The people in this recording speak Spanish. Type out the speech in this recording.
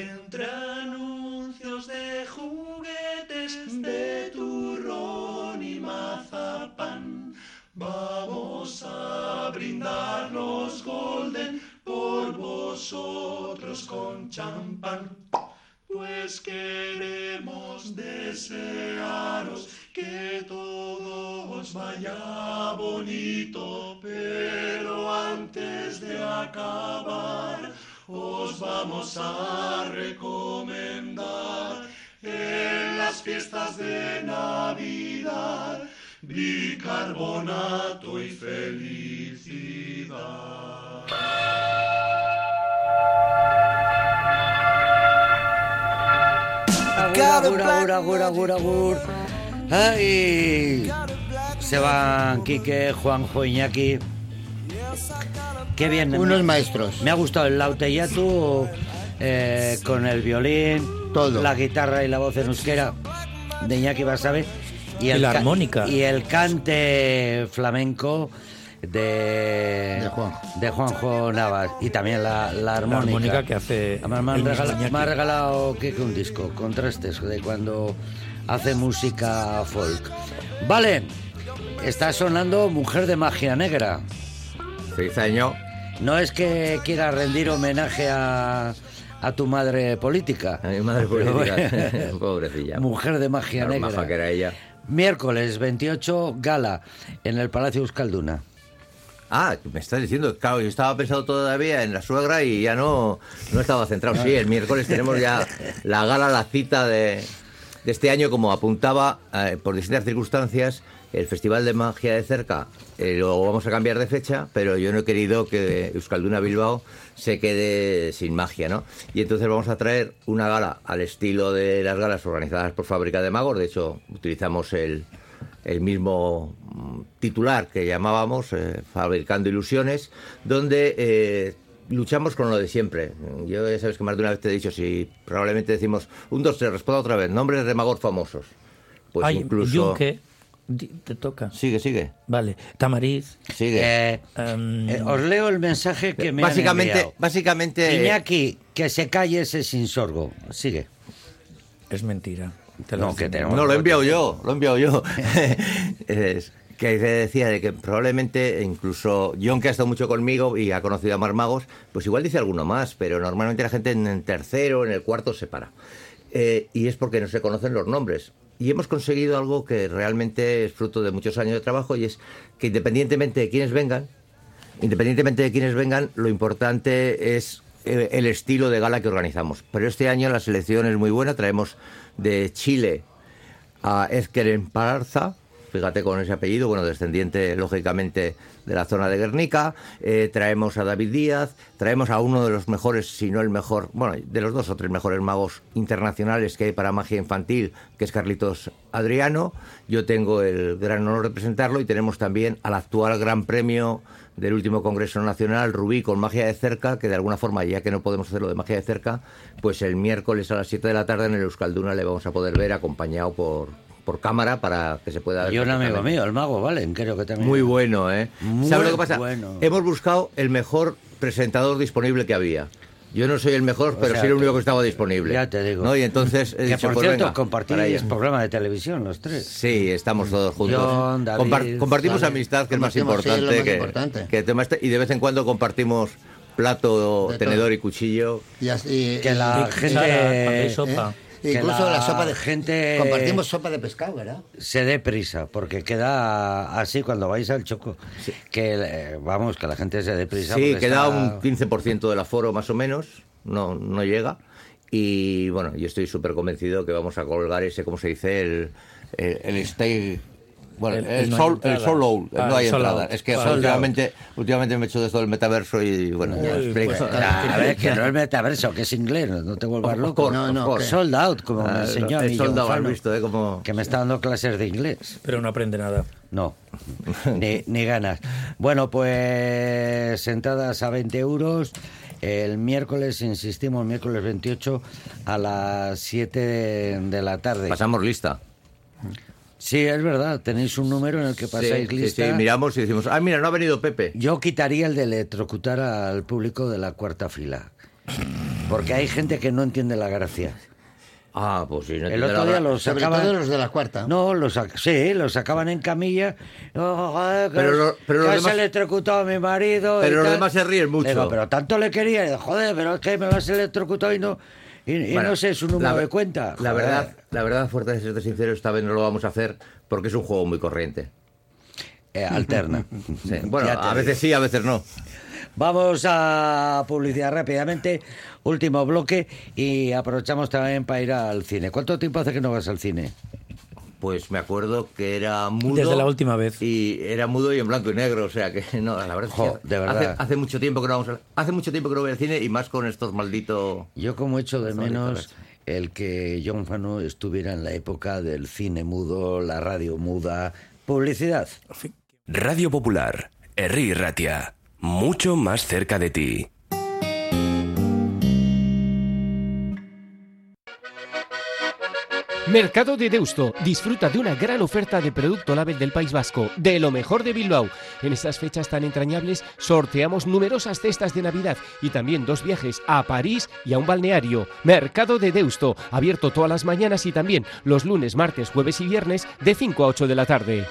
Entre anuncios de juguetes de turrón y mazapán, vamos a brindar los Golden por vosotros con champán. Pues queremos desearos que todo os vaya bonito, pero antes de acabar os vamos a recomendar en las fiestas de Navidad bicarbonato y felicidad. Agur, agur, agur, agur, agur. Ay, se van Quique, Juanjo, Iñaki. Qué bien. Unos maestros. Me ha gustado el lauteyatu eh, con el violín, Todo. la guitarra y la voz en euskera de Iñaki Basabe Y la ca- armónica. y el cante flamenco de De Juanjo. de Juanjo Navas y también la, la La armónica. armónica que hace. Además, me, han el mismo regala- Iñaki. me ha regalado que un disco, contrastes, de cuando hace música folk. Vale, está sonando Mujer de Magia Negra. Feliz año. No es que quiera rendir homenaje a, a tu madre política. A mi madre Pero política. bueno, Pobrecilla. Mujer de Magia Claro, maja que Negra. era ella. Miércoles 28, gala en el Palacio Euskalduna. Ah, me estás diciendo, claro, yo estaba pensado todavía en la suegra y ya no, no estaba centrado. Sí, el miércoles tenemos ya la gala, la cita de, de este año, como apuntaba eh, por distintas circunstancias, el Festival de Magia de cerca. eh, lo vamos a cambiar de fecha, pero yo no he querido que Euskalduna Bilbao se quede sin magia, ¿no? Y entonces vamos a traer una gala al estilo de las galas organizadas por Fábrica de Magos. De hecho, utilizamos el, el mismo mm, titular que llamábamos eh, Fabricando Ilusiones, donde eh, luchamos con lo de siempre. Yo ya sabes que más de una vez te he dicho, si probablemente decimos un, dos, tres, responda otra vez, nombres de magos famosos. Pues Ay, incluso... Yunque, di- te toca. Sigue, sigue, Vale, Tamariz. sigue. Eh, em, eh, os leo el mensaje que me han básicamente, enviado. básicamente... Iñaki, que se calle ese sin sorgo. Sigue. es mentira. Te No, digo. que tenemos- No, lo he enviado yo, lo he enviado yo. Es que te decía de que probablemente incluso John, que ha estado mucho conmigo y ha conocido a más magos, pues igual dice alguno más, pero normalmente la gente en el tercero, en el cuarto se para. Eh, y es porque no se conocen los nombres. Y hemos conseguido algo que realmente es fruto de muchos años de trabajo y es que independientemente de quiénes vengan, Independientemente de quienes vengan, lo importante es eh, el estilo de gala que organizamos. Pero este año la selección es muy buena. Traemos de Chile a Ezkeren Parza, fíjate con ese apellido, bueno, descendiente lógicamente de la zona de Guernica. Eh, traemos a David Díaz, traemos a uno de los mejores, si no el mejor, bueno, de los dos o tres mejores magos internacionales que hay para magia infantil, que es Carlitos Adriano. Yo tengo el gran honor de presentarlo y tenemos también al actual gran premio del último Congreso Nacional, Rubí, con magia de cerca, que de alguna forma, ya que no podemos hacerlo de magia de cerca, pues el miércoles a las 7 de la tarde en el Euskalduna le vamos a poder ver acompañado por, por cámara para que se pueda ver. Y un amigo perfectamente. mío, el mago Valen, creo que también. Muy bueno, ¿eh? Muy ¿Sabes lo que pasa? bueno. Hemos buscado el mejor presentador disponible que había. Yo no soy el mejor, pero sea, sí el único te- que estaba disponible. ya te digo. ¿No? Y entonces. he Que dicho, por pues cierto, venga, para compartís ello. programa de televisión los tres. Sí, estamos todos juntos. John, David, Compar- compartimos David. amistad, que es más Compartimos, sí, es lo importante. más que, importante. que el tema este. y de vez en cuando compartimos plato, De todo. tenedor y cuchillo. Y así- Que la y- E gente- Sara, hace eh, sopa. que Incluso la la, sopa de gente- Compartimos sopa de pescado, ¿verdad? Se dé prisa, porque queda así cuando vais al choco. Que eh, vamos, que la gente se dé prisa. Sí, porque queda está- un 15% del aforo más o menos, no, no llega. Y bueno, yo estoy súper convencido que vamos a colgar ese, ¿cómo se dice? El, el, el stay- Bueno, el, El- el no hay sol, el entradas. sol out, el Ah, no hay el sol entrada. out. Es que Sold out. últimamente, últimamente me he hecho de esto del metaverso y bueno, ya Uy, explico. pues, Ah, a ver, que no es metaverso, que es inglés, no, no te vuelvas loco. course, of Por course. sold out, como me Ah, enseñó a el mí sold John out, has Fano, visto, ¿eh? Como- Que me está dando clases de inglés. Pero no aprende nada. No, ni, ni ganas. Bueno, pues entradas a 20 euros. El miércoles, insistimos, miércoles 28 a las 7 de, de la tarde. Pasamos lista. Sí, es verdad, tenéis un número en el que pasáis sí, lista. Sí, sí, miramos y decimos, ah, mira, no ha venido Pepe. Yo quitaría el de electrocutar al público de la cuarta fila. Porque hay gente que no entiende la gracia. Ah, pues sí, no El entiendo otro la día gra- los Sobre sacaban. todo los de la cuarta. No, los sac- sí, los sacaban en camilla. Oh, eh, que Pero lo- pero que los se demás- electrocutado a mi marido. y Pero los tal. demás se ríen Le mucho. digo, pero tanto le quería. y digo, Joder, pero es que me lo has electrocutado y no, y, y Bueno, no sé su número la ver- de cuenta. La Joder. verdad, la verdad, fuerte de ser sincero, esta vez no lo vamos a hacer porque es un juego muy corriente. Eh, alterna. Sí, Bueno, Ya te a digo. veces sí, a veces no. Vamos a publicidad rápidamente. Último bloque y aprovechamos también para ir al cine. ¿Cuánto tiempo hace que no vas al cine? Pues me acuerdo que era mudo. Desde la última vez. Y era mudo y en blanco y negro, o sea que no, la verdad. es que Jo, de verdad. Hace, hace mucho tiempo que no vamos a- hace mucho tiempo que no voy al cine y más con estos malditos. Yo como echo de Favorito, menos el que John Fano estuviera en la época del cine mudo, la radio muda, publicidad. Radio Popular, Herri Ratia, mucho más cerca de ti. Mercado de Deusto. Disfruta de una gran oferta de producto label del País Vasco, de lo mejor de Bilbao. En estas fechas tan entrañables sorteamos numerosas cestas de Navidad y también dos viajes a París y a un balneario. Mercado de Deusto, abierto todas las mañanas y también los lunes, martes, jueves y viernes de 5 a 8 de la tarde.